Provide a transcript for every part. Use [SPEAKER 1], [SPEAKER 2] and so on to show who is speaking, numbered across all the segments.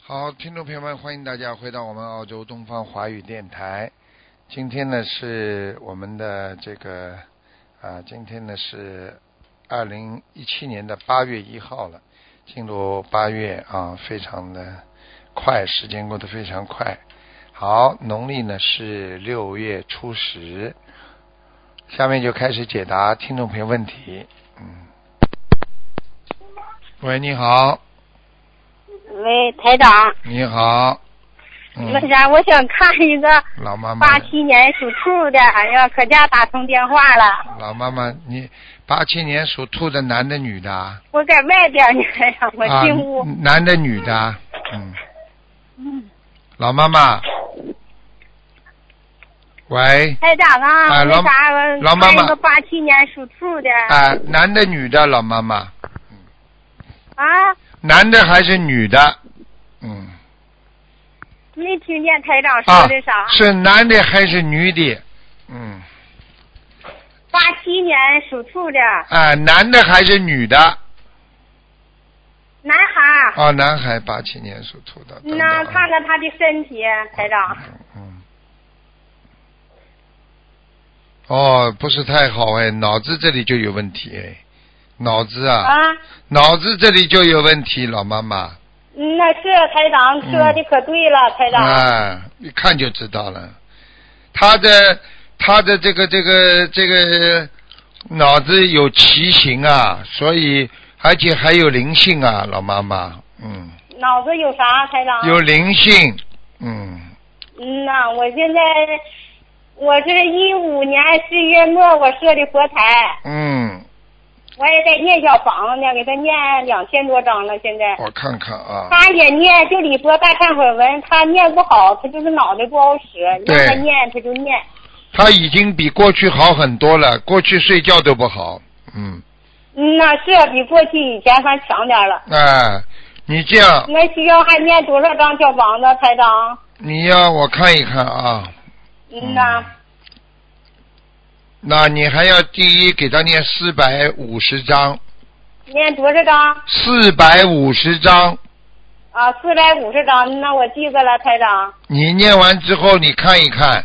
[SPEAKER 1] 好，听众朋友们，欢迎大家回到我们澳洲东方华语电台。今天呢是我们的这个啊，今天呢是二零一七年的八月一号了，进入八月啊，非常的快，时间过得非常快。好，农历呢是六月初十。下面就开始解答听众朋友问题。嗯，喂，你好，
[SPEAKER 2] 喂，台长，
[SPEAKER 1] 你好，
[SPEAKER 2] 那
[SPEAKER 1] 嗯，
[SPEAKER 2] 啥，我想看一个
[SPEAKER 1] 老妈妈
[SPEAKER 2] 八，七年属兔的，哎呀，可家打通电话了，
[SPEAKER 1] 老妈妈，你八七年属兔的男的女的啊？
[SPEAKER 2] 我在外边呢，哎呀，我
[SPEAKER 1] 啊
[SPEAKER 2] 进屋，，
[SPEAKER 1] 男的女的啊？嗯，
[SPEAKER 2] 嗯，
[SPEAKER 1] 老妈妈，喂，
[SPEAKER 2] 台长啊，
[SPEAKER 1] 哎
[SPEAKER 2] 那
[SPEAKER 1] 老
[SPEAKER 2] 啥，我
[SPEAKER 1] 老妈
[SPEAKER 2] 看
[SPEAKER 1] 妈
[SPEAKER 2] 一个八七年属兔的
[SPEAKER 1] 啊，男的女的，老妈妈，
[SPEAKER 2] 啊，
[SPEAKER 1] 男的还是女的？嗯，
[SPEAKER 2] 没听见台长
[SPEAKER 1] 啊
[SPEAKER 2] 说的啥，？
[SPEAKER 1] 是男的还是女的？嗯，
[SPEAKER 2] 八七年属兔的
[SPEAKER 1] 啊，男的还是女的？
[SPEAKER 2] 男孩儿，
[SPEAKER 1] 哦，男孩八七年属兔的。等等
[SPEAKER 2] 那
[SPEAKER 1] 啊
[SPEAKER 2] 看看他的身体，台长，
[SPEAKER 1] 嗯。哦，不是太好哎，脑子这里就有问题哎，脑子啊，
[SPEAKER 2] 啊，
[SPEAKER 1] 脑子这里就有问题，老妈妈，
[SPEAKER 2] 嗯那是台长说
[SPEAKER 1] 嗯
[SPEAKER 2] 的可对了，台长，
[SPEAKER 1] 啊，一看就知道了，他的他的这个这个这个脑子有畸形啊，所以而且还有灵性啊，老妈妈，嗯，
[SPEAKER 2] 脑子有啥，台长？
[SPEAKER 1] 有灵性，嗯，
[SPEAKER 2] 嗯呐，我现在我是一五年十月末我设的佛台，
[SPEAKER 1] 嗯，
[SPEAKER 2] 我也在念小房子呢，给他念两千多章了。现在
[SPEAKER 1] 我看看啊，
[SPEAKER 2] 他也念，就礼佛大忏悔文，他念不好，他就是脑袋不好使，你让他
[SPEAKER 1] 对
[SPEAKER 2] 念他就念。
[SPEAKER 1] 他已经比过去好很多了，过去睡觉都不好。嗯，
[SPEAKER 2] 嗯呐，是比过去以前还强点了。
[SPEAKER 1] 哎，你这样，
[SPEAKER 2] 那需要还念多少张小房子，台长？
[SPEAKER 1] 你要我看一看啊。
[SPEAKER 2] 嗯呐，
[SPEAKER 1] 那你还要第一给他念四百五十章，
[SPEAKER 2] 念多少张？
[SPEAKER 1] 四百五十章，
[SPEAKER 2] 啊，四百五十张。那我记着了，台长。
[SPEAKER 1] 你念完之后你看一看，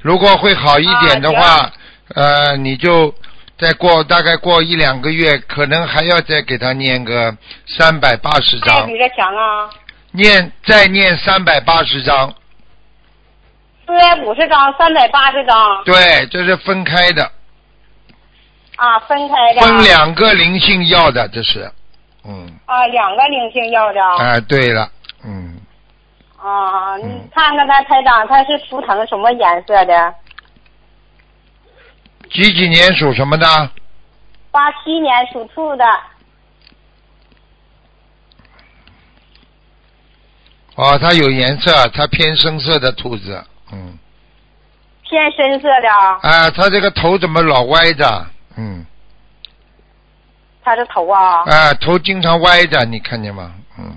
[SPEAKER 1] 如果会好一点的话，
[SPEAKER 2] 啊
[SPEAKER 1] 呃，你就再过大概过一两个月，可能还要再给他念个三百八十
[SPEAKER 2] 他也
[SPEAKER 1] 章
[SPEAKER 2] 比，这强啊。
[SPEAKER 1] 念再念三百八十章，
[SPEAKER 2] 四百五十张，三百八十张
[SPEAKER 1] 对，这是分开的。
[SPEAKER 2] 啊，分开的。
[SPEAKER 1] 分两个灵性要的，这是，嗯，
[SPEAKER 2] 啊，两个灵性要的。
[SPEAKER 1] 啊，对了，嗯，
[SPEAKER 2] 啊，
[SPEAKER 1] 嗯
[SPEAKER 2] 你看看他台长，他是图腾什么颜色的？
[SPEAKER 1] 几几年属什么的？
[SPEAKER 2] 八七年属兔的。
[SPEAKER 1] 哦，它有颜色，它偏深色的兔子，嗯，
[SPEAKER 2] 偏深色的，
[SPEAKER 1] 啊，它这个头怎么老歪着？嗯，
[SPEAKER 2] 他的头啊，
[SPEAKER 1] 啊，头经常歪着，你看见吗？嗯，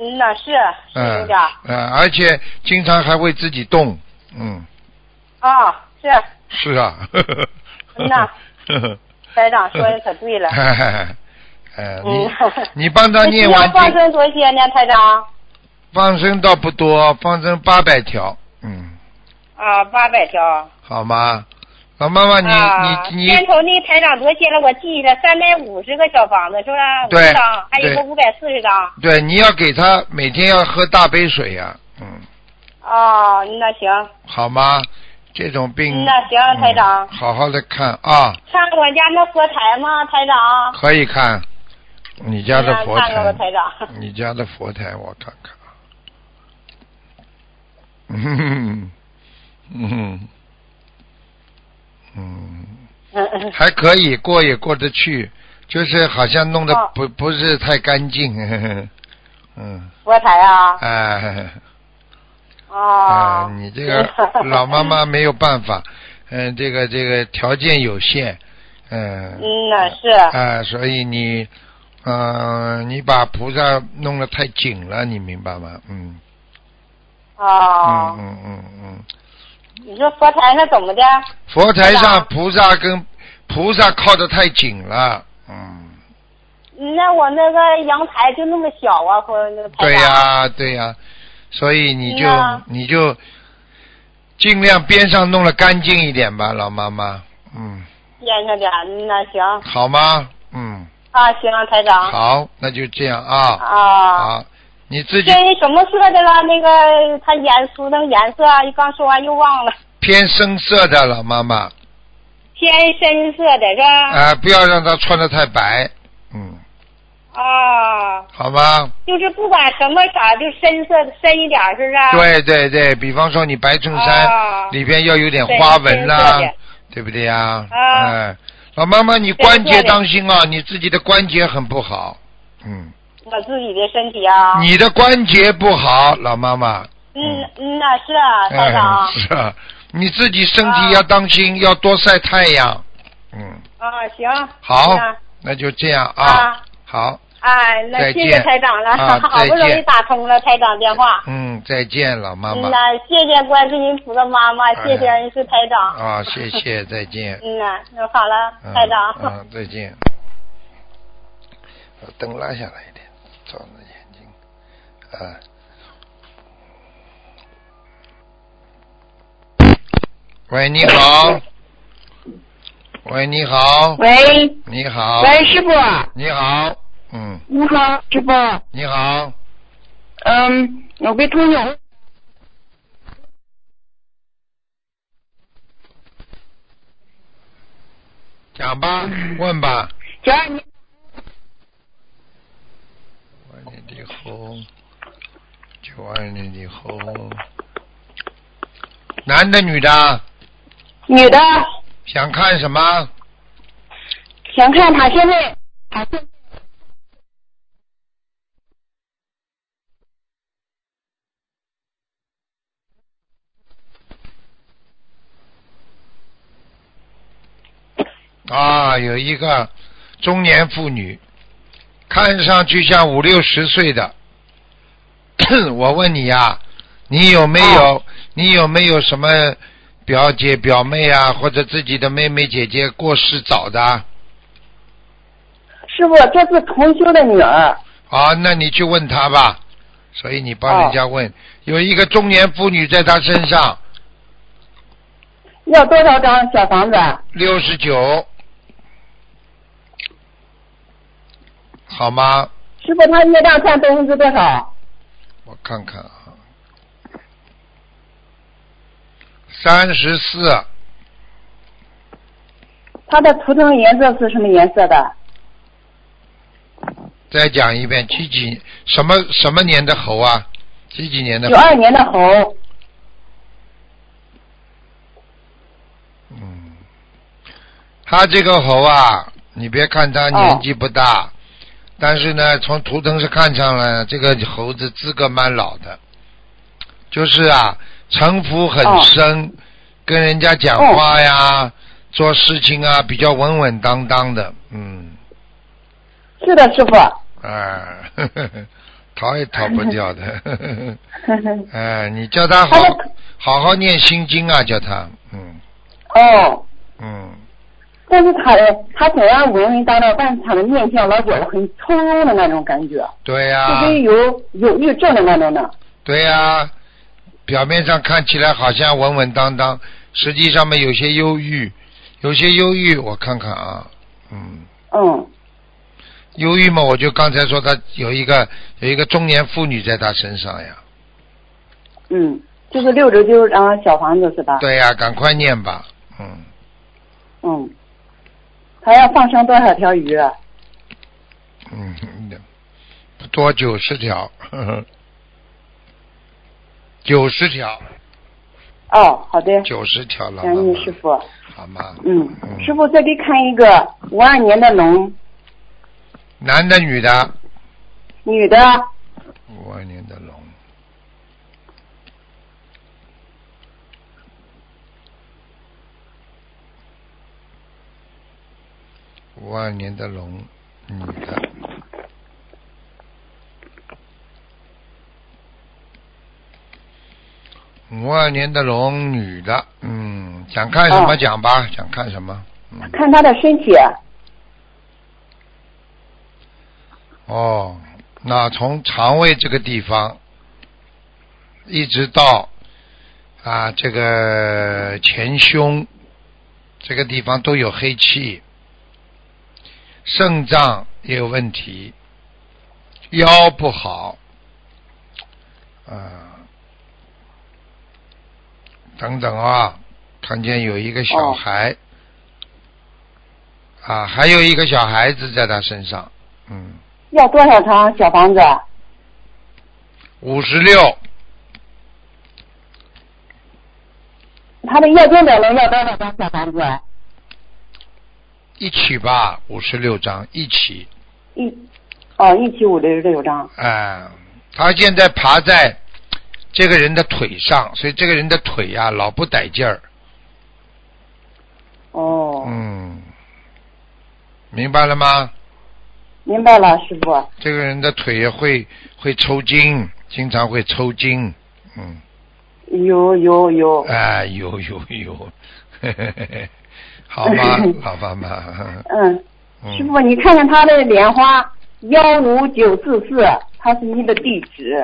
[SPEAKER 2] 嗯呐是是有
[SPEAKER 1] 嗯，
[SPEAKER 2] 点儿
[SPEAKER 1] 啊，而且经常还会自己动，嗯，
[SPEAKER 2] 啊，是
[SPEAKER 1] 是啊，
[SPEAKER 2] 嗯呐
[SPEAKER 1] 呵
[SPEAKER 2] 台长说的可对了。
[SPEAKER 1] 呵，呃，
[SPEAKER 2] 嗯
[SPEAKER 1] 你， 你帮他念完
[SPEAKER 2] 那需要放
[SPEAKER 1] 经
[SPEAKER 2] 生多些呢，台长？
[SPEAKER 1] 放生倒不多，放生八百条，嗯，
[SPEAKER 2] 啊，八百条。
[SPEAKER 1] 好吗？老妈妈，你、
[SPEAKER 2] 啊，
[SPEAKER 1] 你
[SPEAKER 2] 先
[SPEAKER 1] 你，
[SPEAKER 2] 头那台长多些了，我记了，三百五十个小房子是吧？
[SPEAKER 1] 对
[SPEAKER 2] 五张，还有一个
[SPEAKER 1] 对
[SPEAKER 2] 五百四十张。
[SPEAKER 1] 对，你要给他每天要喝大杯水呀、嗯，
[SPEAKER 2] 哦，那行，
[SPEAKER 1] 好吗？这种病，
[SPEAKER 2] 那行
[SPEAKER 1] 嗯
[SPEAKER 2] 台长
[SPEAKER 1] 好好的看啊，
[SPEAKER 2] 看我家那佛台吗，台长？嗯
[SPEAKER 1] 可以看你家的佛
[SPEAKER 2] 看看吧，台
[SPEAKER 1] 台，嗯
[SPEAKER 2] 长。
[SPEAKER 1] 你家的佛台，我看看啊，嗯嗯嗯。
[SPEAKER 2] 嗯嗯
[SPEAKER 1] 还可以过也过得去，就是好像弄得
[SPEAKER 2] 哦
[SPEAKER 1] 不、不是太干净， 呵呵嗯，
[SPEAKER 2] 佛台啊，
[SPEAKER 1] 哎、啊
[SPEAKER 2] 哦，
[SPEAKER 1] 你这 个老妈妈没有办法，嗯，这个这个条件有限，嗯，
[SPEAKER 2] 嗯，那是
[SPEAKER 1] 啊、所以你，呃，你把菩萨弄得太紧了，你明白吗？嗯，
[SPEAKER 2] 哦。
[SPEAKER 1] 嗯嗯嗯嗯，
[SPEAKER 2] 你说佛台上怎么的？
[SPEAKER 1] 佛台
[SPEAKER 2] 是
[SPEAKER 1] 上
[SPEAKER 2] 吧
[SPEAKER 1] 菩萨跟菩萨靠得太紧了，嗯，
[SPEAKER 2] 那我那个阳台就那么小啊，或者那个排
[SPEAKER 1] 对
[SPEAKER 2] 长
[SPEAKER 1] 呀、对呀、所以你就
[SPEAKER 2] 那
[SPEAKER 1] 你就尽量边上弄得干净一点吧，老妈妈，嗯，
[SPEAKER 2] 边上点儿，嗯那行
[SPEAKER 1] 好吗？嗯，
[SPEAKER 2] 啊，行，台长。
[SPEAKER 1] 好，那就这样啊，
[SPEAKER 2] 啊。
[SPEAKER 1] 好，你自己
[SPEAKER 2] 这什么色的了？那个它颜色那个颜色啊，刚说完又忘了，
[SPEAKER 1] 偏深色的老妈妈，啊、
[SPEAKER 2] 偏深色的是吧？
[SPEAKER 1] 不要让她穿的太白，嗯，
[SPEAKER 2] 啊，
[SPEAKER 1] 好吗？
[SPEAKER 2] 就是不管什么色儿，就深色深一点儿，是不是啊？
[SPEAKER 1] 对对对，比方说你白衬衫、
[SPEAKER 2] 啊
[SPEAKER 1] 里边要有点
[SPEAKER 2] 对
[SPEAKER 1] 花纹啊啦、
[SPEAKER 2] 深色的
[SPEAKER 1] 哦对不对呀、
[SPEAKER 2] 啊
[SPEAKER 1] 哎，老妈妈，你
[SPEAKER 2] 深色的
[SPEAKER 1] 关节当心啊，你自己的关节很不好，嗯，
[SPEAKER 2] 我自己的身体啊。
[SPEAKER 1] 你的关节不好，老妈妈，
[SPEAKER 2] 嗯嗯，那是啊，台长
[SPEAKER 1] 哎，。是啊，你自己身体
[SPEAKER 2] 啊
[SPEAKER 1] 要当心，要多晒太阳，嗯，
[SPEAKER 2] 啊，行。
[SPEAKER 1] 好
[SPEAKER 2] 那，
[SPEAKER 1] 那就这样啊，
[SPEAKER 2] 啊，
[SPEAKER 1] 好，
[SPEAKER 2] 哎，那
[SPEAKER 1] 再
[SPEAKER 2] 谢
[SPEAKER 1] 见
[SPEAKER 2] 谢台长了，
[SPEAKER 1] 啊
[SPEAKER 2] 好不
[SPEAKER 1] 再
[SPEAKER 2] 容易
[SPEAKER 1] 见
[SPEAKER 2] 打通了台长电话。
[SPEAKER 1] 嗯，再见，老妈妈
[SPEAKER 2] 嗯，呐，谢谢观世音菩萨妈妈，谢谢
[SPEAKER 1] 哎
[SPEAKER 2] 恩师台长。
[SPEAKER 1] 啊，谢谢，再见。
[SPEAKER 2] 嗯呐，那好了，
[SPEAKER 1] 嗯
[SPEAKER 2] 台长。
[SPEAKER 1] 嗯，再见。把灯拉下来一点，照着眼睛。啊。喂，你好。喂，你好。
[SPEAKER 3] 喂
[SPEAKER 1] 你好。
[SPEAKER 3] 喂，师傅，
[SPEAKER 1] 你好。嗯，
[SPEAKER 3] 你好，师傅，
[SPEAKER 1] 你好。
[SPEAKER 3] 嗯，我被通有
[SPEAKER 1] 讲吧，问吧。
[SPEAKER 3] 九二年，
[SPEAKER 1] 九二年的猴，九二年的猴，男的女的？
[SPEAKER 3] 女的，
[SPEAKER 1] 想看什么？
[SPEAKER 3] 想看她现在，她现
[SPEAKER 1] 啊，有一个中年妇女，看上去像五六十岁的。 我问你呀、你有没有、你有没有什么表姐表妹啊，或者自己的妹妹姐姐过世早的？啊
[SPEAKER 3] 师傅，这是同修的女儿，
[SPEAKER 1] 啊，那你去问他吧。所以你帮
[SPEAKER 3] 哦
[SPEAKER 1] 人家问，有一个中年妇女在他身上，
[SPEAKER 3] 要多少张小房子？
[SPEAKER 1] 六十九，好吗？
[SPEAKER 3] 师傅，她业障占百分之多少？
[SPEAKER 1] 我看看啊，三十四，
[SPEAKER 3] 她的图腾颜色是什么颜色的？
[SPEAKER 1] 再讲一遍，几几什么什么年的猴啊？几几年的
[SPEAKER 3] 九
[SPEAKER 1] 猴？
[SPEAKER 3] 二年的猴，
[SPEAKER 1] 嗯，他这个猴啊，你别看他年纪不大，但是呢，从图腾是看上了这个猴子资格蛮老的，就是啊，城府很深，跟人家讲话呀、做事情啊，比较稳稳当当的，嗯，
[SPEAKER 3] 是的，师傅。
[SPEAKER 1] 啊， 呵呵呵逃也逃不掉的， 呵呵呵
[SPEAKER 3] 呵呵
[SPEAKER 1] 哎、你叫他好
[SPEAKER 3] 她的
[SPEAKER 1] 好好念心经啊，叫他，嗯
[SPEAKER 3] 哦，
[SPEAKER 1] 嗯。
[SPEAKER 3] 但是她的她虽然稳稳当当，但是她的面相老觉得很从容的那种感觉，
[SPEAKER 1] 对呀、
[SPEAKER 3] 就跟有忧郁症的那种的。
[SPEAKER 1] 对呀、表面上看起来好像稳稳当当，实际上面有些忧郁，有些忧郁。我看看啊，嗯，
[SPEAKER 3] 嗯。
[SPEAKER 1] 忧郁嘛，我就刚才说他有一个有一个中年妇女在他身上呀。
[SPEAKER 3] 嗯，就是六十九张小房子是吧？。
[SPEAKER 1] 对呀、赶快念吧，嗯，
[SPEAKER 3] 嗯，还要放生多少条鱼啊？
[SPEAKER 1] 嗯，不多九十条， 九十条，
[SPEAKER 3] 哦，好的，
[SPEAKER 1] 九十条了，
[SPEAKER 3] 感恩你师傅。
[SPEAKER 1] 好吗？
[SPEAKER 3] 嗯，
[SPEAKER 1] 嗯
[SPEAKER 3] 师傅再给看一个五二年的龙
[SPEAKER 1] 男的女的？
[SPEAKER 3] 女的，
[SPEAKER 1] 五二年的龙。五二年的龙，女的。五二年的龙，女的，嗯，想看什么
[SPEAKER 3] 哦
[SPEAKER 1] 讲吧，嗯想看什么？嗯，
[SPEAKER 3] 看她的身体。
[SPEAKER 1] 哦，那从肠胃这个地方，一直到啊这个前胸这个地方都有黑气，肾脏也有问题，腰不好，啊、等等啊，看见有一个小
[SPEAKER 3] 哦
[SPEAKER 1] 孩。啊，还有一个小孩子在他身上，嗯，
[SPEAKER 3] 要多少张小房子？啊
[SPEAKER 1] 五十六，
[SPEAKER 3] 他的要经者能要多少张小房子？啊
[SPEAKER 1] 一起吧，五十六张一起，
[SPEAKER 3] 一，哦，一起五六六张。
[SPEAKER 1] 啊、他现在爬在这个人的腿上，所以这个人的腿啊老不得劲儿，
[SPEAKER 3] 哦，
[SPEAKER 1] 嗯，明白了吗？
[SPEAKER 3] 明白了，师傅。
[SPEAKER 1] 这个人的腿会会抽筋，经常会抽筋，嗯，
[SPEAKER 3] 有有有，
[SPEAKER 1] 哎，有有有， 嘿嘿嘿嘿好吗， 老妈妈？
[SPEAKER 3] 嗯，师
[SPEAKER 1] 嗯，
[SPEAKER 3] 傅，你看看他的莲花幺五九四四，他是你的地址。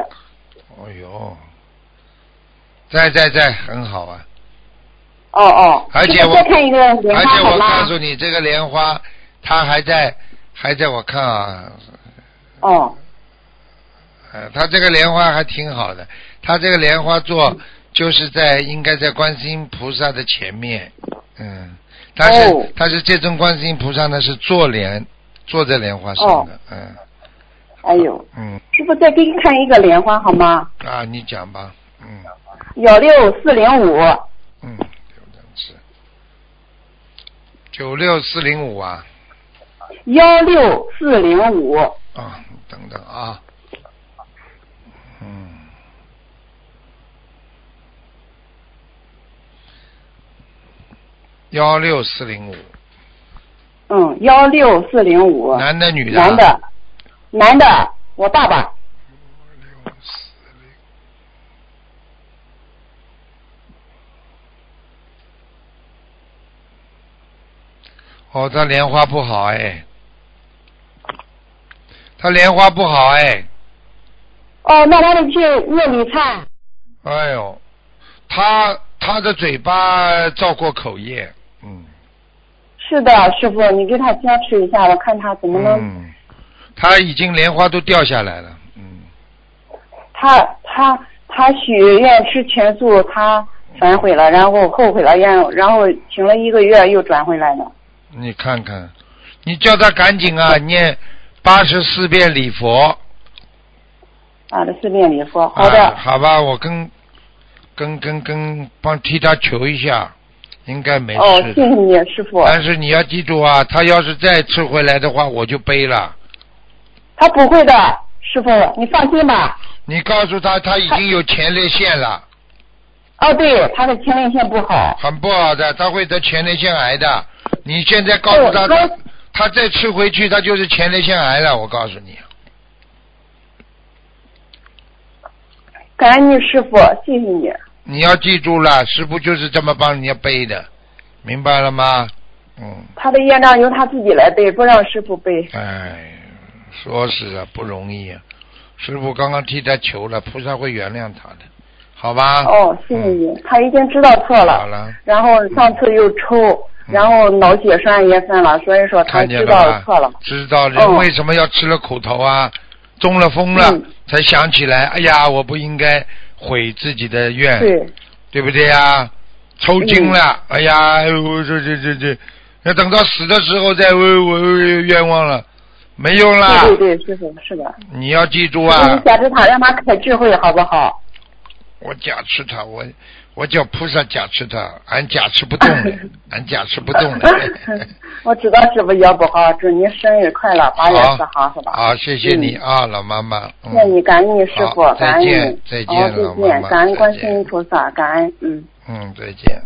[SPEAKER 1] 哦呦，在在在，很好啊。
[SPEAKER 3] 哦哦，
[SPEAKER 1] 而且
[SPEAKER 3] 师傅
[SPEAKER 1] 我
[SPEAKER 3] 再看一个莲
[SPEAKER 1] 而
[SPEAKER 3] 花
[SPEAKER 1] 且
[SPEAKER 3] 好
[SPEAKER 1] 我
[SPEAKER 3] 吗
[SPEAKER 1] 告？诉你，这个莲花它还在，还在我看啊，
[SPEAKER 3] 哦，
[SPEAKER 1] 呃，它这个莲花还挺好的。它这个莲花座就是在应该在观世音菩萨的前面，嗯，但是、
[SPEAKER 3] 哦
[SPEAKER 1] 但是这尊观世音菩萨呢是坐莲，坐在莲花上的，嗯
[SPEAKER 3] 哦哎呦，
[SPEAKER 1] 嗯
[SPEAKER 3] 师傅再给你看一个莲花好吗？
[SPEAKER 1] 啊，你讲吧，嗯
[SPEAKER 3] 幺六四零五，
[SPEAKER 1] 嗯，九六四九六四零五啊
[SPEAKER 3] 幺六四零五，
[SPEAKER 1] 啊，等等啊，嗯。幺六四零五，
[SPEAKER 3] 嗯，幺六四零五，
[SPEAKER 1] 男的女的？啊
[SPEAKER 3] 男的，男的，我爸爸。
[SPEAKER 1] 六四零。哦，他莲花不好哎，他莲花不好哎，
[SPEAKER 3] 哦，那他得去念礼忏。
[SPEAKER 1] 哎呦，他他的嘴巴造过口业，嗯，
[SPEAKER 3] 是的，师傅，你给他加持一下，我看他怎么能。
[SPEAKER 1] 嗯，他已经莲花都掉下来了，嗯，
[SPEAKER 3] 他他他许愿吃全素，他反悔了，然后后悔了，然后然后停了一个月又转回来了。
[SPEAKER 1] 你看看，你叫他赶紧啊，念八十四遍礼佛，
[SPEAKER 3] 啊，这四遍礼佛，好的，
[SPEAKER 1] 啊好吧，我跟跟跟跟帮替他求一下，应该没
[SPEAKER 3] 哦，
[SPEAKER 1] 事
[SPEAKER 3] 谢谢
[SPEAKER 1] 的。
[SPEAKER 3] 你，师傅。
[SPEAKER 1] 但是你要记住啊，他要是再吃回来的话，我就背了。
[SPEAKER 3] 他不会的，师傅，你放心吧。
[SPEAKER 1] 你告诉他，他已经有前列腺了，
[SPEAKER 3] 哦，对，他的前列腺不好。
[SPEAKER 1] 很不好的，他会得前列腺癌的。你现在告诉他，
[SPEAKER 3] 哦那
[SPEAKER 1] 他他再吃回去，他就是前列腺癌了。我告诉你，
[SPEAKER 3] 感恩你师傅，谢谢你。
[SPEAKER 1] 你要记住了，师傅就是这么帮人家背的，明白了吗？嗯。
[SPEAKER 3] 他的业障由他自己来背，不让师傅背。
[SPEAKER 1] 哎，说是啊，不容易啊。师傅刚刚替他求了，菩萨会原谅他的，好吧？
[SPEAKER 3] 哦，谢谢你，他已经知道错
[SPEAKER 1] 啊嗯好
[SPEAKER 3] 了。
[SPEAKER 1] 了，嗯
[SPEAKER 3] 然后上次又抽，然后脑血栓也犯了，所以说他
[SPEAKER 1] 看见
[SPEAKER 3] 知
[SPEAKER 1] 了吧
[SPEAKER 3] 道错了。
[SPEAKER 1] 知道人
[SPEAKER 3] 嗯
[SPEAKER 1] 为什么要吃了苦头啊？中了风了，
[SPEAKER 3] 嗯
[SPEAKER 1] 才想起来，哎呀，我不应该毁自己的愿，
[SPEAKER 3] 对，
[SPEAKER 1] 对不对呀？抽筋了，
[SPEAKER 3] 嗯
[SPEAKER 1] 哎呀，哎呦这这这这，要等到死的时候再我我冤枉了，没用啦！
[SPEAKER 3] 对对对，师傅是的。
[SPEAKER 1] 你要记住啊！
[SPEAKER 3] 那你加持他，让他开智慧，好不好？
[SPEAKER 1] 我加持他，我我叫菩萨加持他，俺加持不动了， 俺加持不动了。
[SPEAKER 3] 我知道师傅腰不好，祝您生日快乐，八月四号是吧？
[SPEAKER 1] 好，谢谢你啊，老妈妈。嗯
[SPEAKER 3] 谢谢你，感恩你师傅
[SPEAKER 1] 好，
[SPEAKER 3] 感恩
[SPEAKER 1] 再
[SPEAKER 3] 你
[SPEAKER 1] 见，再见
[SPEAKER 3] 好，再
[SPEAKER 1] 老妈
[SPEAKER 3] 见，
[SPEAKER 1] 妈
[SPEAKER 3] 感恩观
[SPEAKER 1] 再
[SPEAKER 3] 世
[SPEAKER 1] 见
[SPEAKER 3] 音菩萨，感恩，嗯。
[SPEAKER 1] 嗯，再见。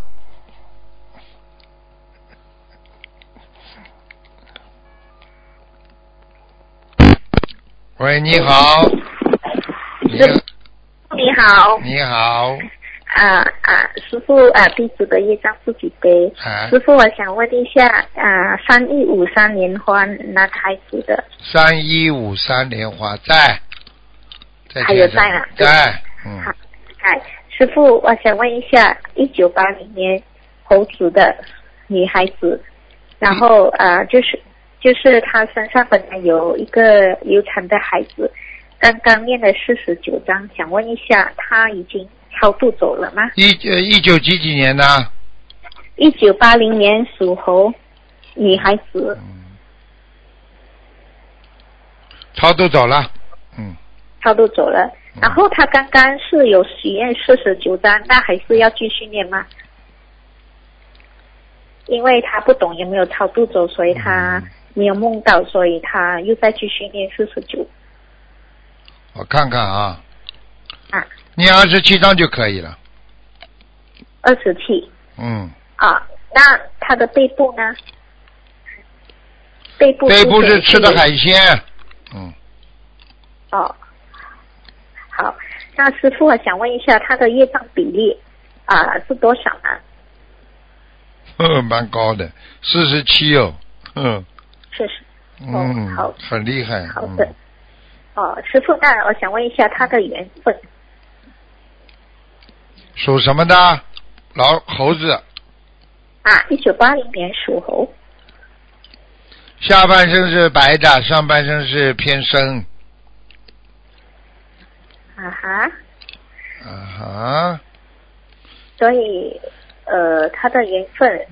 [SPEAKER 1] 喂，你好，你
[SPEAKER 3] 嗯
[SPEAKER 4] 你好，
[SPEAKER 1] 你好，
[SPEAKER 4] 啊啊，师傅啊，弟子的业障自己背。
[SPEAKER 1] 啊
[SPEAKER 4] 师傅，我想问一下，啊，三一五三莲花男孩子的，
[SPEAKER 1] 三一五三莲花在，在
[SPEAKER 4] 还有
[SPEAKER 1] 天上
[SPEAKER 4] 在呢对
[SPEAKER 1] 在，嗯，
[SPEAKER 4] 好，哎，师傅，我想问一下，一九八零年猴子的女孩子，然后呃，就是就是她身上本来有一个流产的孩子，刚刚念了四十九章，想问一下，她已经超度走了吗？
[SPEAKER 1] 一呃一九几几年呢？
[SPEAKER 4] 一九八零年属猴女孩子，
[SPEAKER 1] 嗯，超度走了，嗯，
[SPEAKER 4] 超度走了。然后她刚刚是有许愿四十九章，那还是要继续念吗？因为她不懂有没有超度走，所以她
[SPEAKER 1] 嗯
[SPEAKER 4] 没有梦到，所以她又再继续念四十九
[SPEAKER 1] 我看看啊，
[SPEAKER 4] 啊，
[SPEAKER 1] 念二十七章就可以了，
[SPEAKER 4] 二十七
[SPEAKER 1] 嗯，
[SPEAKER 4] 啊。那她的背部呢？背部
[SPEAKER 1] 背部是
[SPEAKER 4] 谁
[SPEAKER 1] 吃的海鲜，嗯，
[SPEAKER 4] 哦，好，那师傅，我想问一下，他的业障比例啊、是多少呢？
[SPEAKER 1] 呵呵蛮高的，四十七哦，嗯
[SPEAKER 4] 是是
[SPEAKER 1] 嗯
[SPEAKER 4] 哦好，
[SPEAKER 1] 很厉害，
[SPEAKER 4] 好的
[SPEAKER 1] 嗯，。
[SPEAKER 4] 哦，师傅，那我想问一下他的缘分，
[SPEAKER 1] 属什么的？老猴子，
[SPEAKER 4] 啊，一九八零年属猴，
[SPEAKER 1] 下半身是白的，上半身是偏深，
[SPEAKER 4] 啊哈，
[SPEAKER 1] 啊哈。
[SPEAKER 4] 所以呃，他的缘分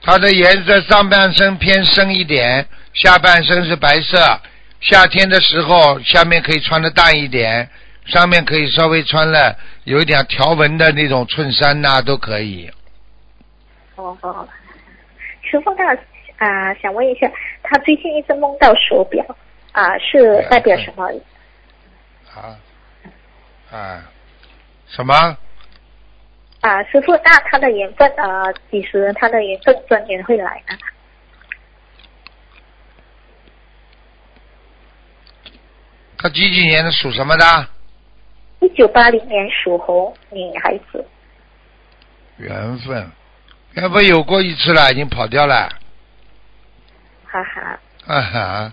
[SPEAKER 1] 它的颜色上半身偏深一点，下半身是白色。夏天的时候，下面可以穿的淡一点，上面可以稍微穿了有一点条纹的那种衬衫呐、都可以。
[SPEAKER 4] 哦哦，师傅，那啊、想问一下，他最近一直梦到手表啊、是代表什么？
[SPEAKER 1] 啊啊，什么？
[SPEAKER 4] 啊、师傅，那他的缘分啊、呃几时他的缘分专员会来啊呢？
[SPEAKER 1] 他几几年的属什么的？
[SPEAKER 4] 一九八零年属猴女孩子，
[SPEAKER 1] 缘分，缘分有过一次了，已经跑掉了。
[SPEAKER 4] 哈哈
[SPEAKER 1] 啊哈，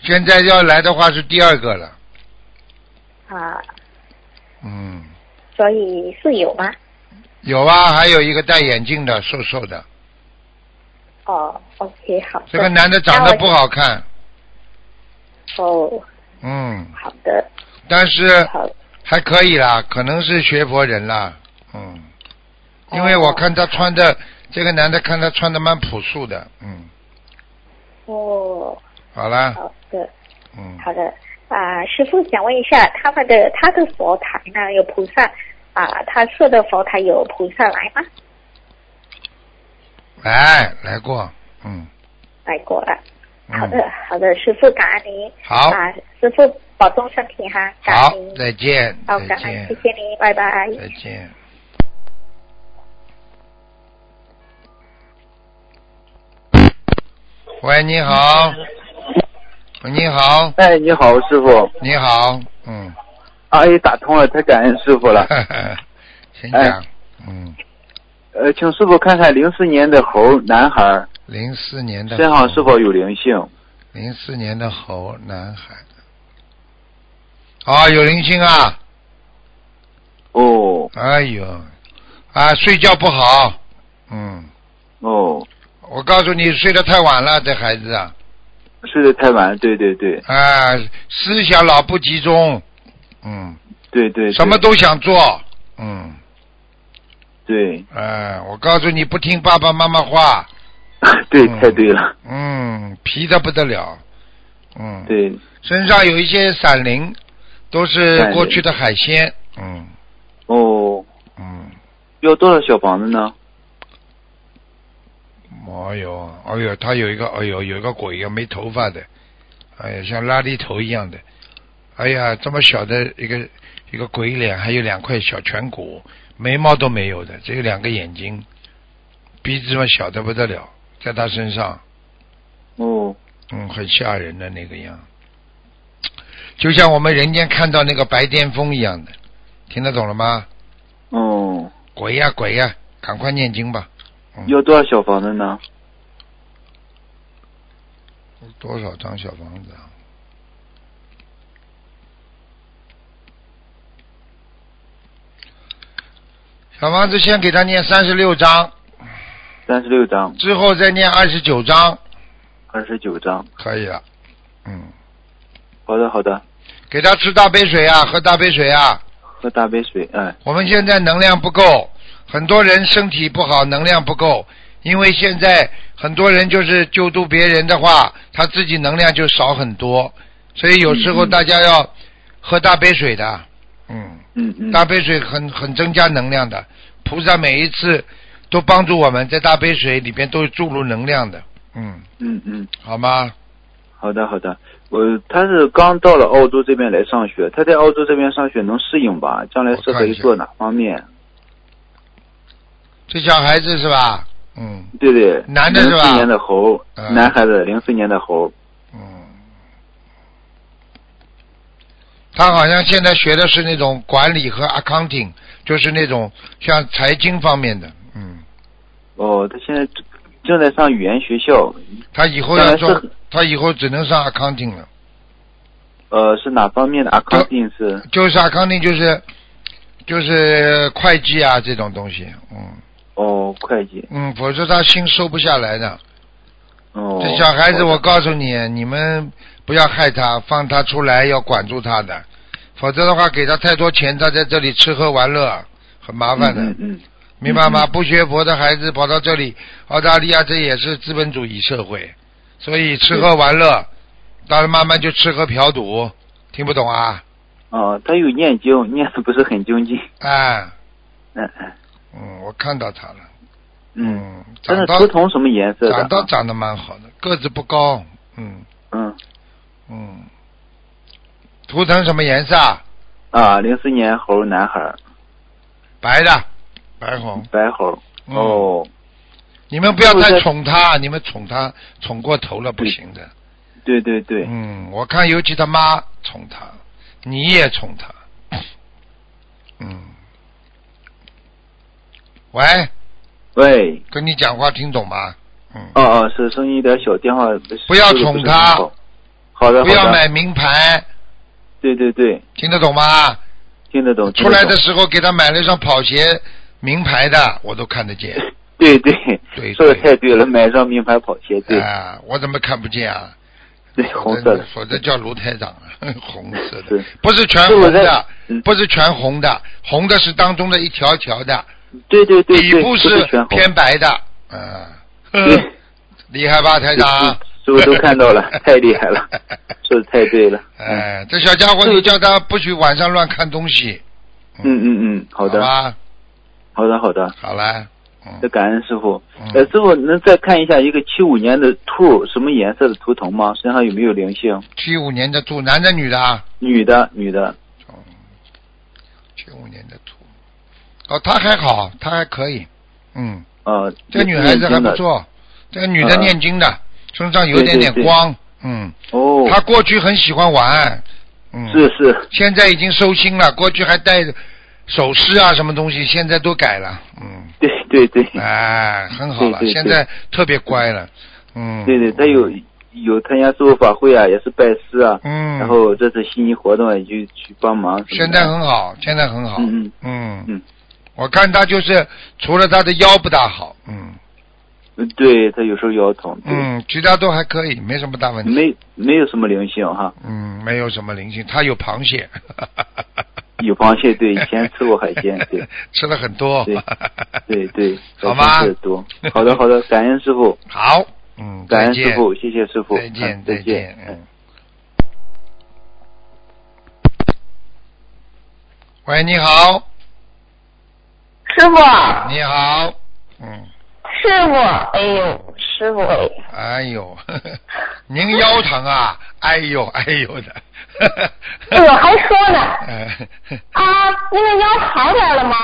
[SPEAKER 1] 现在要来的话是第二个了。
[SPEAKER 4] 啊，
[SPEAKER 1] 嗯，
[SPEAKER 4] 所以是有吗？
[SPEAKER 1] 有啊，还有一个戴眼镜的，瘦瘦的。
[SPEAKER 4] 哦，OK，好的。
[SPEAKER 1] 这个男的长得不好看，
[SPEAKER 4] 哦，
[SPEAKER 1] 嗯，
[SPEAKER 4] 好的，
[SPEAKER 1] 但是
[SPEAKER 4] 好的，
[SPEAKER 1] 还可以啦，可能是学佛人啦，嗯，因为我看他穿的，这个男的看他穿的蛮朴素的，嗯，
[SPEAKER 4] 哦，
[SPEAKER 1] 好啦，
[SPEAKER 4] 好的，
[SPEAKER 1] 嗯，
[SPEAKER 4] 好的。啊，师傅想问一下，他们的他的佛台呢有菩萨啊？他设的佛台有菩萨来吗？
[SPEAKER 1] 来来过，嗯，
[SPEAKER 4] 来过了。
[SPEAKER 1] 嗯
[SPEAKER 4] 好的，好的，师傅感恩您。
[SPEAKER 1] 好，
[SPEAKER 4] 啊，师傅保重身体哈，感
[SPEAKER 1] 好
[SPEAKER 4] 恩您。，
[SPEAKER 1] 再见，
[SPEAKER 4] 好，
[SPEAKER 1] 再
[SPEAKER 4] 感恩，谢
[SPEAKER 1] 见，
[SPEAKER 4] 谢您，拜拜。
[SPEAKER 1] 再见。喂，你好，你好，
[SPEAKER 5] 哎，你好，师傅。
[SPEAKER 1] 你好，嗯。。
[SPEAKER 5] 阿姨打通了，太感恩师傅了
[SPEAKER 1] 请讲。嗯，
[SPEAKER 5] 呃，请师傅看看零四年的猴男孩
[SPEAKER 1] 零四年的
[SPEAKER 5] 身上是否有灵性？
[SPEAKER 1] 零四年的猴男孩。啊、有灵性啊！
[SPEAKER 5] 哦
[SPEAKER 1] 哎呦，啊，睡觉不好。嗯，
[SPEAKER 5] 哦，
[SPEAKER 1] 我告诉你，睡得太晚了，这孩子啊，
[SPEAKER 5] 睡得太晚，对对对
[SPEAKER 1] 啊，思想老不集中。嗯，
[SPEAKER 5] 对对，对
[SPEAKER 1] 什么都想做。嗯，
[SPEAKER 5] 对，
[SPEAKER 1] 哎、我告诉你，不听爸爸妈妈话。
[SPEAKER 5] 对
[SPEAKER 1] 嗯
[SPEAKER 5] 太对了，
[SPEAKER 1] 嗯，皮的不得了。嗯，
[SPEAKER 5] 对
[SPEAKER 1] 身上有一些闪灵，都是过去的海鲜。嗯
[SPEAKER 5] 哦，
[SPEAKER 1] 嗯，
[SPEAKER 5] 要多少小房子呢？
[SPEAKER 1] 哎呦，哎呦，他有一个，哎呦，有一个鬼，一个没头发的，哎呀，像拉力头一样的，哎呀，这么小的一个一个鬼脸，还有两块小颧骨，眉毛都没有的，只有两个眼睛，鼻子嘛小的不得了，在他身上，
[SPEAKER 5] 哦
[SPEAKER 1] 嗯，很吓人的那个样，就像我们人间看到那个白癜风一样的，听得懂了吗？
[SPEAKER 5] 哦，
[SPEAKER 1] 鬼呀、鬼呀、赶快念经吧。嗯，
[SPEAKER 5] 要多少小房子呢？
[SPEAKER 1] 多少张小房子啊？小房子先给他念三十六章，
[SPEAKER 5] 三十六张，
[SPEAKER 1] 之后再念二十九章，
[SPEAKER 5] 二十九张。
[SPEAKER 1] 可以了。嗯，
[SPEAKER 5] 好的，好的，
[SPEAKER 1] 给他吃大杯水啊，喝大杯水啊。
[SPEAKER 5] 喝大杯水。哎，
[SPEAKER 1] 我们现在能量不够，很多人身体不好，能量不够，因为现在很多人就是救助别人的话，他自己能量就少很多，所以有时候
[SPEAKER 5] 嗯嗯
[SPEAKER 1] 大家要喝大杯水的，嗯，
[SPEAKER 5] 嗯嗯。
[SPEAKER 1] 大杯水很很增加能量的，菩萨每一次都帮助我们在大杯水里边都注入能量的，嗯，
[SPEAKER 5] 嗯嗯，
[SPEAKER 1] 好吗？
[SPEAKER 5] 好的好的。我他是刚到了澳洲这边来上学，他在澳洲这边上学能适应吧？将来适合于做哪方面？
[SPEAKER 1] 这小孩子是吧？嗯
[SPEAKER 5] 对对，
[SPEAKER 1] 男的是吧
[SPEAKER 5] 零四年的猴，
[SPEAKER 1] 嗯
[SPEAKER 5] 男孩子，零四年的猴。
[SPEAKER 1] 嗯，他好像现在学的是那种管理和 accounting，就是那种像财经方面的，嗯，
[SPEAKER 5] 哦，他现在正正在上语言学校，
[SPEAKER 1] 他以后要
[SPEAKER 5] 将来
[SPEAKER 1] 做
[SPEAKER 5] 呃是，
[SPEAKER 1] 他以后只能上 accounting 了，
[SPEAKER 5] 呃，是哪方面的？accounting 是
[SPEAKER 1] 就是 accounting 就是就是会计啊这种东西，嗯
[SPEAKER 5] 哦，会计
[SPEAKER 1] 嗯，否则他心收不下来的。
[SPEAKER 5] 哦。
[SPEAKER 1] 这小孩子，
[SPEAKER 5] 好的
[SPEAKER 1] 我告诉你，你们不要害他，放他出来要管住他的，否则的话，给他太多钱，他在这里吃喝玩乐，很麻烦的，
[SPEAKER 5] 嗯嗯
[SPEAKER 1] 明白吗？
[SPEAKER 5] 嗯嗯
[SPEAKER 1] 不学佛的孩子跑到这里，澳大利亚这也是资本主义社会，所以吃喝玩乐，到了慢慢就吃喝嫖赌，听不懂啊？
[SPEAKER 5] 嗯哦，他有念经，念的不是很精进。
[SPEAKER 1] 哎，
[SPEAKER 5] 嗯嗯
[SPEAKER 1] 嗯，我看到他了，
[SPEAKER 5] 嗯，
[SPEAKER 1] 嗯，
[SPEAKER 5] 他
[SPEAKER 1] 长
[SPEAKER 5] 是
[SPEAKER 1] 到
[SPEAKER 5] 图腾什么颜色的
[SPEAKER 1] 长到
[SPEAKER 5] 啊？
[SPEAKER 1] 长得蛮好的，个子不高，嗯
[SPEAKER 5] 嗯
[SPEAKER 1] 嗯，图腾什么颜色？啊？
[SPEAKER 5] 啊，零四年猴男孩，
[SPEAKER 1] 白的，白红。
[SPEAKER 5] 白猴。
[SPEAKER 1] 哦嗯，
[SPEAKER 5] 哦，
[SPEAKER 1] 你们不要
[SPEAKER 5] 是不嗯
[SPEAKER 1] 太
[SPEAKER 5] 是
[SPEAKER 1] 宠他，你们宠他宠过头了不行的。
[SPEAKER 5] 对对对，
[SPEAKER 1] 嗯，我看尤其他妈宠他，你也宠 他。嗯。喂，
[SPEAKER 5] 喂，
[SPEAKER 1] 跟你讲话听懂吗？嗯。
[SPEAKER 5] 哦哦，是声音有点小，电话
[SPEAKER 1] 不要
[SPEAKER 5] 收得
[SPEAKER 1] 宠
[SPEAKER 5] 不是很
[SPEAKER 1] 他
[SPEAKER 5] 好好的，
[SPEAKER 1] 不要
[SPEAKER 5] 好的
[SPEAKER 1] 买。名牌，
[SPEAKER 5] 对对对，
[SPEAKER 1] 听得懂吗？
[SPEAKER 5] 听得懂。听
[SPEAKER 1] 出
[SPEAKER 5] 得
[SPEAKER 1] 来
[SPEAKER 5] 懂
[SPEAKER 1] 的时候给他买了一双跑鞋，名牌的，我都看得 见。
[SPEAKER 5] 对对，
[SPEAKER 1] 对
[SPEAKER 5] 说的
[SPEAKER 1] 对
[SPEAKER 5] 太对了，买双名牌跑鞋，对、
[SPEAKER 1] 啊，我怎么看不见啊？
[SPEAKER 5] 对，红色的，
[SPEAKER 1] 否则叫卢台长了， 红色的
[SPEAKER 5] 是，
[SPEAKER 1] 不是全
[SPEAKER 5] 是我
[SPEAKER 1] 红的
[SPEAKER 5] 在，嗯
[SPEAKER 1] 不是全红的，红的是当中的一条条的，
[SPEAKER 5] 对对对
[SPEAKER 1] 底
[SPEAKER 5] 对，
[SPEAKER 1] 部
[SPEAKER 5] 不是全红，
[SPEAKER 1] 偏白的，嗯，
[SPEAKER 5] 对，
[SPEAKER 1] 厉害吧，台长？
[SPEAKER 5] 是不是都看到 了太厉害了说的太对了，嗯
[SPEAKER 1] 哎，这小家伙，
[SPEAKER 5] 是
[SPEAKER 1] 你叫他不许晚上乱看东西。
[SPEAKER 5] 嗯嗯嗯，好的，
[SPEAKER 1] 吧，
[SPEAKER 5] 好的好的，
[SPEAKER 1] 好了，
[SPEAKER 5] 那
[SPEAKER 1] 嗯，
[SPEAKER 5] 感恩师傅，
[SPEAKER 1] 嗯
[SPEAKER 5] 呃，师傅能再看一下一个七五年的兔什么颜色的图腾吗？身上有没有灵性？
[SPEAKER 1] 七五年的兔，男的女的啊？
[SPEAKER 5] 女的女的，
[SPEAKER 1] 七五年的兔，哦，他还好，他还可以，嗯，
[SPEAKER 5] 呃，
[SPEAKER 1] 这个女孩子还不
[SPEAKER 5] 念经的，
[SPEAKER 1] 错，这个女的
[SPEAKER 5] 嗯
[SPEAKER 1] 念经的，身上有点点
[SPEAKER 5] 对对对
[SPEAKER 1] 光，嗯，
[SPEAKER 5] 哦，
[SPEAKER 1] 她过去很喜欢玩，嗯，
[SPEAKER 5] 是是，
[SPEAKER 1] 现在已经收心了，过去还戴首饰啊什么东西，现在都改了，嗯，
[SPEAKER 5] 对对对，
[SPEAKER 1] 哎，很好了，
[SPEAKER 5] 对对对
[SPEAKER 1] 现在特别乖了，嗯，
[SPEAKER 5] 对对，他有有参加师傅法会啊，也是拜师啊，
[SPEAKER 1] 嗯，
[SPEAKER 5] 然后这次悉尼活动也就去帮忙什么的。
[SPEAKER 1] 现在很好，现在很好，
[SPEAKER 5] 嗯嗯
[SPEAKER 1] 嗯
[SPEAKER 5] 嗯
[SPEAKER 1] 我看她就是除了她的腰不大好，嗯
[SPEAKER 5] 嗯，对他有时候腰疼，对，
[SPEAKER 1] 嗯，其他都还可以，没什么大问题，
[SPEAKER 5] 没没有什么灵性哈，
[SPEAKER 1] 嗯，没有什么灵性，他有螃蟹。
[SPEAKER 5] 有螃蟹对以前吃过海 鲜对，
[SPEAKER 1] 吃了很多。
[SPEAKER 5] 对对对，
[SPEAKER 1] 哦好吗
[SPEAKER 5] 还真是多。好的好的，感恩师傅，
[SPEAKER 1] 好，嗯，
[SPEAKER 5] 感
[SPEAKER 1] 再
[SPEAKER 5] 恩师
[SPEAKER 1] 见，
[SPEAKER 5] 傅，谢谢师傅，
[SPEAKER 1] 再见
[SPEAKER 5] 嗯，
[SPEAKER 1] 再
[SPEAKER 5] 再见
[SPEAKER 1] 见，，
[SPEAKER 5] 嗯
[SPEAKER 1] 嗯。喂，你好，
[SPEAKER 6] 师傅，
[SPEAKER 1] 你好，嗯，
[SPEAKER 6] 师傅，哎呦，师傅，哎，
[SPEAKER 1] 哎呦，呵呵您腰疼啊？哎呦，哎呦的，呵呵
[SPEAKER 6] 哎呦，还说呢，
[SPEAKER 1] 哎
[SPEAKER 6] 啊，那个腰好点了吗？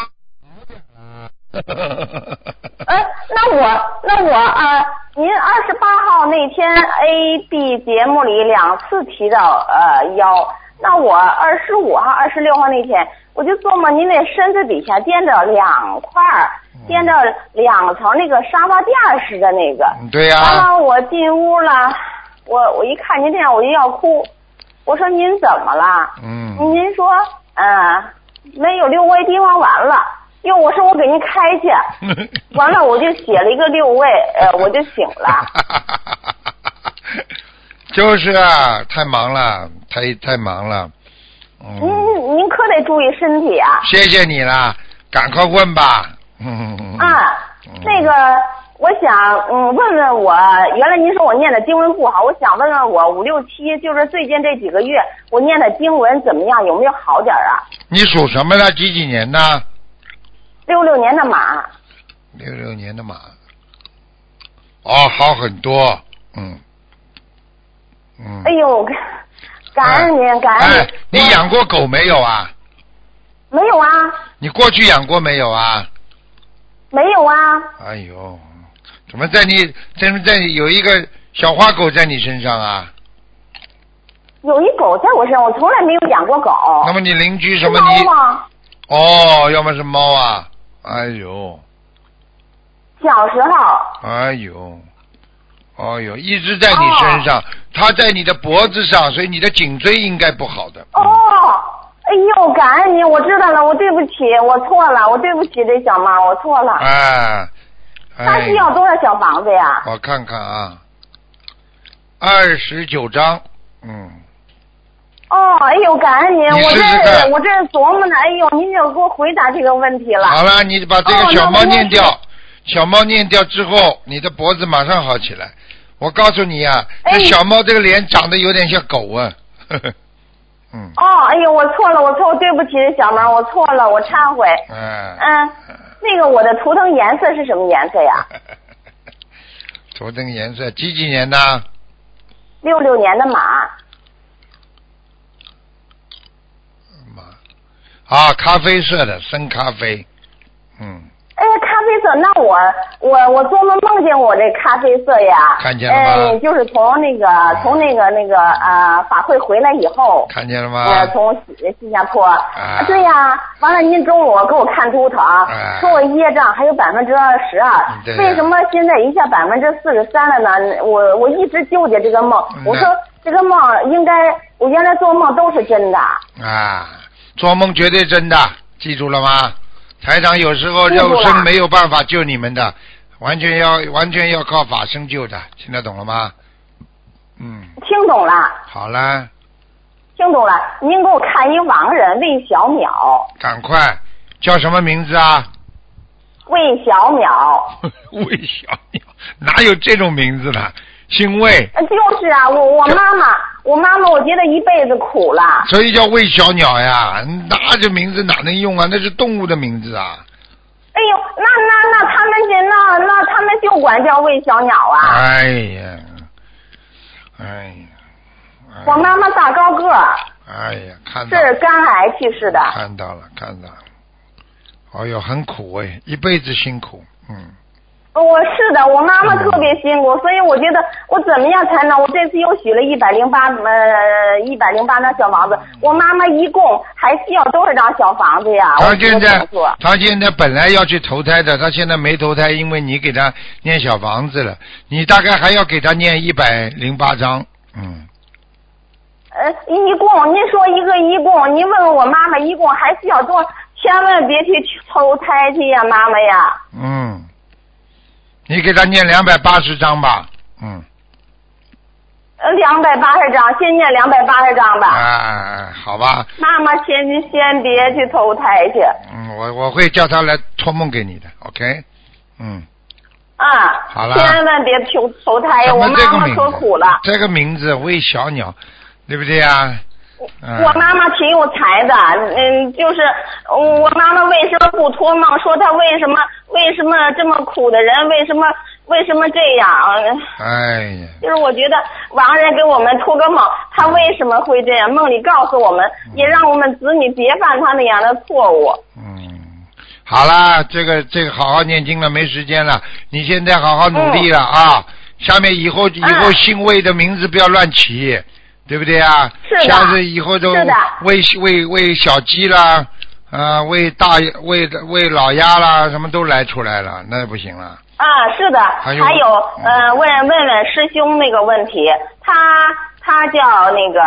[SPEAKER 1] 呵呵
[SPEAKER 6] 呃，那我那我啊，您二十八号那天 A B 节目里两次提到呃腰，那我二十五号、二十六号那天，我就做梦，您那身子底下垫着两块儿，
[SPEAKER 1] 嗯
[SPEAKER 6] 垫着两层那个沙发垫似的那个。
[SPEAKER 1] 嗯 对呀、
[SPEAKER 6] 完了，我进屋了，我我一看您这样，我就要哭。我说您怎么了？
[SPEAKER 1] 嗯，
[SPEAKER 6] 您说，嗯，没有六味地黄丸了。哟，我说我给您开去。 完了，我就写了一个六味，呃，我就醒了。
[SPEAKER 1] 就是啊，太忙了，太太忙了。嗯，
[SPEAKER 6] 您您可得注意身体啊。
[SPEAKER 1] 谢谢你啦，赶快问吧。嗯，
[SPEAKER 6] 啊，那个，我想嗯问问我，原来您说我念的经文不好，我想问问我五六七，就是最近这几个月我念的经文怎么样，有没有好点儿啊？
[SPEAKER 1] 嗯你属什么的？几几年的？
[SPEAKER 6] 六六年的马，
[SPEAKER 1] 六六年的马。哦，好很多。嗯。嗯。
[SPEAKER 6] 哎呦，感恩您，感恩
[SPEAKER 1] 哎，你养过狗没有啊？
[SPEAKER 6] 没有啊？
[SPEAKER 1] 你过去养过没有啊？
[SPEAKER 6] 没有啊？
[SPEAKER 1] 哎呦，怎么在你怎么在你有一个小花狗在你身上啊？
[SPEAKER 6] 有一狗在我身上，我从来没有养过狗。
[SPEAKER 1] 那么你邻居
[SPEAKER 6] 哦是
[SPEAKER 1] 什么
[SPEAKER 6] 猫
[SPEAKER 1] 你
[SPEAKER 6] 吗？
[SPEAKER 1] 哦，要么是猫啊？哎呦，
[SPEAKER 6] 小时候
[SPEAKER 1] 哎呦，哎呦，一直在你身
[SPEAKER 6] 哦
[SPEAKER 1] 上，它在你的脖子上，所以你的颈椎应该不好的。
[SPEAKER 6] 哦，哎呦，感恩您，我知道了，我对不起，我错了，我对不起这小猫，我错了。
[SPEAKER 1] 哎，
[SPEAKER 6] 他
[SPEAKER 1] 哎
[SPEAKER 6] 需，要多少小房子呀？
[SPEAKER 1] 我看看啊，二十九章，嗯，
[SPEAKER 6] 哦，哎呦，感恩您，
[SPEAKER 1] 你
[SPEAKER 6] 我
[SPEAKER 1] 试试
[SPEAKER 6] 这
[SPEAKER 1] 看
[SPEAKER 6] 我这琢磨呢，哎呦，您就给我回答这个问题了。
[SPEAKER 1] 好了，你把这
[SPEAKER 6] 哦
[SPEAKER 1] 个小
[SPEAKER 6] 那
[SPEAKER 1] 猫
[SPEAKER 6] 我
[SPEAKER 1] 念
[SPEAKER 6] 念
[SPEAKER 1] 掉，小猫念掉之后，你的脖子马上好起来。我告诉你啊，这
[SPEAKER 6] 哎
[SPEAKER 1] 小猫这个脸长得有点像狗啊， 呵呵，嗯，
[SPEAKER 6] 哦，哎呦，我错了，我错，对不起，小猫，我错了，我忏悔。
[SPEAKER 1] 哎，
[SPEAKER 6] 嗯，那个我的图腾颜色是什么颜色呀？
[SPEAKER 1] 图腾颜色几几年的？
[SPEAKER 6] 六六年的马。
[SPEAKER 1] 妈，啊，咖啡色的，深咖啡，嗯，
[SPEAKER 6] 哎，咖啡色，那我我我做梦梦见我这咖啡色呀，
[SPEAKER 1] 看见了吗嗯
[SPEAKER 6] 哎，就是从那个从那个那个呃法会回来以后，
[SPEAKER 1] 看见了
[SPEAKER 6] 呃，
[SPEAKER 1] 吗？
[SPEAKER 6] 从新新加坡，啊对呀、完了您中午给我看图腾，
[SPEAKER 1] 哎
[SPEAKER 6] 说我业障还有百分之二十二
[SPEAKER 1] 对，呀
[SPEAKER 6] 为什么现在一下百分之四十三了呢？我我一直纠结这个梦
[SPEAKER 1] 嗯，
[SPEAKER 6] 我
[SPEAKER 1] 那
[SPEAKER 6] 说这个梦应该我原来做梦都是真的，
[SPEAKER 1] 啊，做梦绝对真的，记住了吗？台长有时候
[SPEAKER 6] 记住
[SPEAKER 1] 肉身
[SPEAKER 6] 了
[SPEAKER 1] 没有办法救你们的，完全要完全要靠法生救的，听得懂了吗？嗯，
[SPEAKER 6] 听懂了，
[SPEAKER 1] 好啦，
[SPEAKER 6] 听懂了，您给我看一亡人魏小淼。
[SPEAKER 1] 赶快叫什么名字啊？
[SPEAKER 6] 魏小淼，
[SPEAKER 1] 魏小鸟，哪有这种名字的？姓魏，
[SPEAKER 6] 呃就是啊，我我妈妈，我妈妈，我觉得一辈子苦了。
[SPEAKER 1] 所以叫魏小鸟呀。那这名字哪能用啊？那是动物的名字啊。
[SPEAKER 6] 哎呦，那那那他们这那那他们就管叫魏小鸟啊。
[SPEAKER 1] 哎呀，哎呀，哎呀
[SPEAKER 6] 我妈妈大高个儿，
[SPEAKER 1] 哎呀，看到
[SPEAKER 6] 是肝癌去世的。
[SPEAKER 1] 看到了，看到了。哎呦，很苦哎，一辈子辛苦，嗯，
[SPEAKER 6] 我是的，我妈妈
[SPEAKER 1] 嗯
[SPEAKER 6] 特别辛苦，所以我觉得我怎么样才能？我这次又许了一百零八呃一百零八张小房子，我妈妈一共还需要多少张小房子呀？
[SPEAKER 1] 他
[SPEAKER 6] 啊我
[SPEAKER 1] 现在
[SPEAKER 6] 怎么做
[SPEAKER 1] 他现在本来要去投胎的，他现在没投胎，因为你给他念小房子了，你大概还要给他念一百零八章，嗯，
[SPEAKER 6] 呃，一共，您说一个一共，您问问我妈妈一共还需要多，千万别去投胎去呀，妈妈呀！
[SPEAKER 1] 嗯，你给他念两百八十章吧，嗯，
[SPEAKER 6] 呃，两百八十张，先念两百八十张吧。
[SPEAKER 1] 哎，好吧，
[SPEAKER 6] 妈妈先先别去投胎去
[SPEAKER 1] 嗯，我我会叫他来托梦给你的，OK，嗯，
[SPEAKER 6] 啊！
[SPEAKER 1] 好了
[SPEAKER 6] 千万别去投胎哎呀，
[SPEAKER 1] 咱
[SPEAKER 6] 我
[SPEAKER 1] 们这
[SPEAKER 6] 妈
[SPEAKER 1] 个
[SPEAKER 6] 妈
[SPEAKER 1] 名字
[SPEAKER 6] 可苦了。
[SPEAKER 1] 这个名字喂小鸟，对不对啊？嗯
[SPEAKER 6] 我妈妈挺有才的，嗯，就是嗯我妈妈为什么不托梦？说她为什么为什么这么苦的人，为什么为什么这样？嗯
[SPEAKER 1] 哎呀，
[SPEAKER 6] 就是我觉得亡人给我们托个梦，他为什么会这样？梦里告诉我们，也让我们子女别犯他那样的错误。
[SPEAKER 1] 嗯，好啦，这个这个好好念经了，没时间了，你现
[SPEAKER 6] 哦
[SPEAKER 1] 在好好努力了啊！下面以后以后
[SPEAKER 6] 嗯
[SPEAKER 1] 姓魏的名字不要乱起，对不对啊？
[SPEAKER 6] 是的
[SPEAKER 1] 下次以后都
[SPEAKER 6] 是的
[SPEAKER 1] 喂喂喂小鸡啦，啊、喂大喂喂老鸭啦，什么都来出来了，那不行了。
[SPEAKER 6] 啊，是的，
[SPEAKER 1] 还
[SPEAKER 6] 还
[SPEAKER 1] 有
[SPEAKER 6] 有，呃，问问问师兄那个问题，他他叫那个，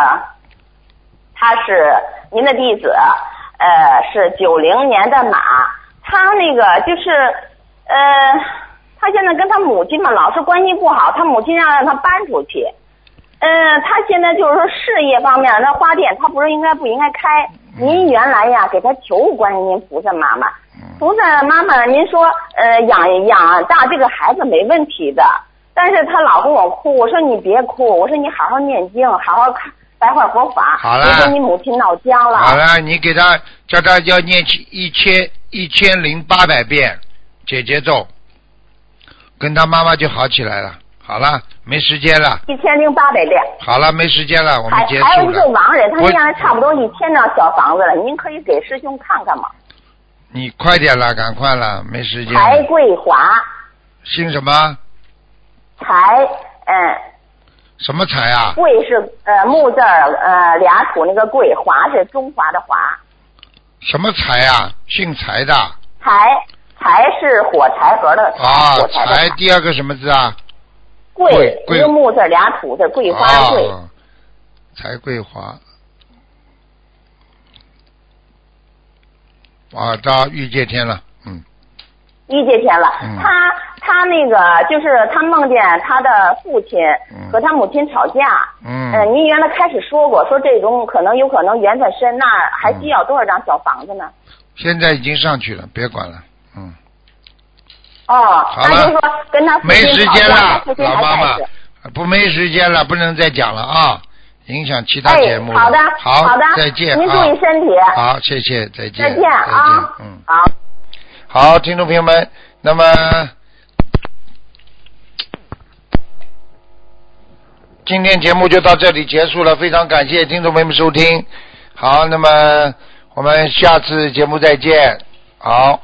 [SPEAKER 6] 他是您的弟子，呃，是九零年的马，他那个就是，呃，他现在跟他母亲嘛老是关系不好，他母亲要让他搬出去，呃，他现在就是说事业方面，那花店他不是应该不应该开？您原来呀给他求观音菩萨妈妈，
[SPEAKER 1] 嗯
[SPEAKER 6] 菩萨妈妈，您说，呃，养养大这个孩子没问题的，但是她老跟我哭，我说你别哭，我说你好好念经，好好看白话佛法。
[SPEAKER 1] 好了
[SPEAKER 6] 你说你母亲闹僵了。
[SPEAKER 1] 好了，你给他叫他要念起一千一千零八百遍姐姐咒，跟他妈妈就好起来了。好了，没时间了，
[SPEAKER 6] 一千零八百遍，
[SPEAKER 1] 好了，没时间了，我
[SPEAKER 6] 还
[SPEAKER 1] 们结
[SPEAKER 6] 还有
[SPEAKER 1] 束
[SPEAKER 6] 一个
[SPEAKER 1] 了。
[SPEAKER 6] 亡人，他
[SPEAKER 1] 我
[SPEAKER 6] 现在差不多一千张小房子了，您可以给师兄看看吗？
[SPEAKER 1] 你快点了，赶快了，没时间了。
[SPEAKER 6] 柴桂华，
[SPEAKER 1] 姓什么？
[SPEAKER 6] 柴，嗯，
[SPEAKER 1] 什么财啊？
[SPEAKER 6] 桂是呃木字儿，呃俩土那个桂，华是中华的华，
[SPEAKER 1] 什么财啊？姓财的
[SPEAKER 6] 柴柴是火柴盒的柴，
[SPEAKER 1] 啊
[SPEAKER 6] 火，柴的
[SPEAKER 1] 财第二个什么字啊？
[SPEAKER 6] 桂
[SPEAKER 1] 桂
[SPEAKER 6] 一个木字儿俩土字儿，桂花桂。
[SPEAKER 1] 哦，柴桂花。啊，到御界天了，嗯，
[SPEAKER 6] 一节前了，
[SPEAKER 1] 嗯
[SPEAKER 6] 他他那个就是他梦见他的父亲
[SPEAKER 1] 嗯
[SPEAKER 6] 和他母亲吵架。
[SPEAKER 1] 嗯
[SPEAKER 6] 呃您原来开始说过，说这种可能有可能缘分深，那还
[SPEAKER 1] 嗯
[SPEAKER 6] 需要多少张小房子呢？
[SPEAKER 1] 现在已经上去了，别管了，嗯，
[SPEAKER 6] 哦，
[SPEAKER 1] 好
[SPEAKER 6] 那就
[SPEAKER 1] 了
[SPEAKER 6] 是说跟他父
[SPEAKER 1] 没时
[SPEAKER 6] 亲吵
[SPEAKER 1] 间
[SPEAKER 6] 架，他
[SPEAKER 1] 了
[SPEAKER 6] 父，亲
[SPEAKER 1] 老
[SPEAKER 6] 还
[SPEAKER 1] 妈
[SPEAKER 6] 在
[SPEAKER 1] 妈
[SPEAKER 6] 世。，
[SPEAKER 1] 不没时间了，不能再讲了啊，影响其他
[SPEAKER 6] 哎
[SPEAKER 1] 节目，了。
[SPEAKER 6] 好的，
[SPEAKER 1] 好，
[SPEAKER 6] 好的，
[SPEAKER 1] 再见，
[SPEAKER 6] 您注意身体，
[SPEAKER 1] 啊，好，谢谢，再见，
[SPEAKER 6] 再见啊，
[SPEAKER 1] 嗯。
[SPEAKER 6] 好。
[SPEAKER 1] 好，听众朋友们，那么今天节目就到这里结束了，非常感谢听众朋友们收听。好，那么我们下次节目再见。好，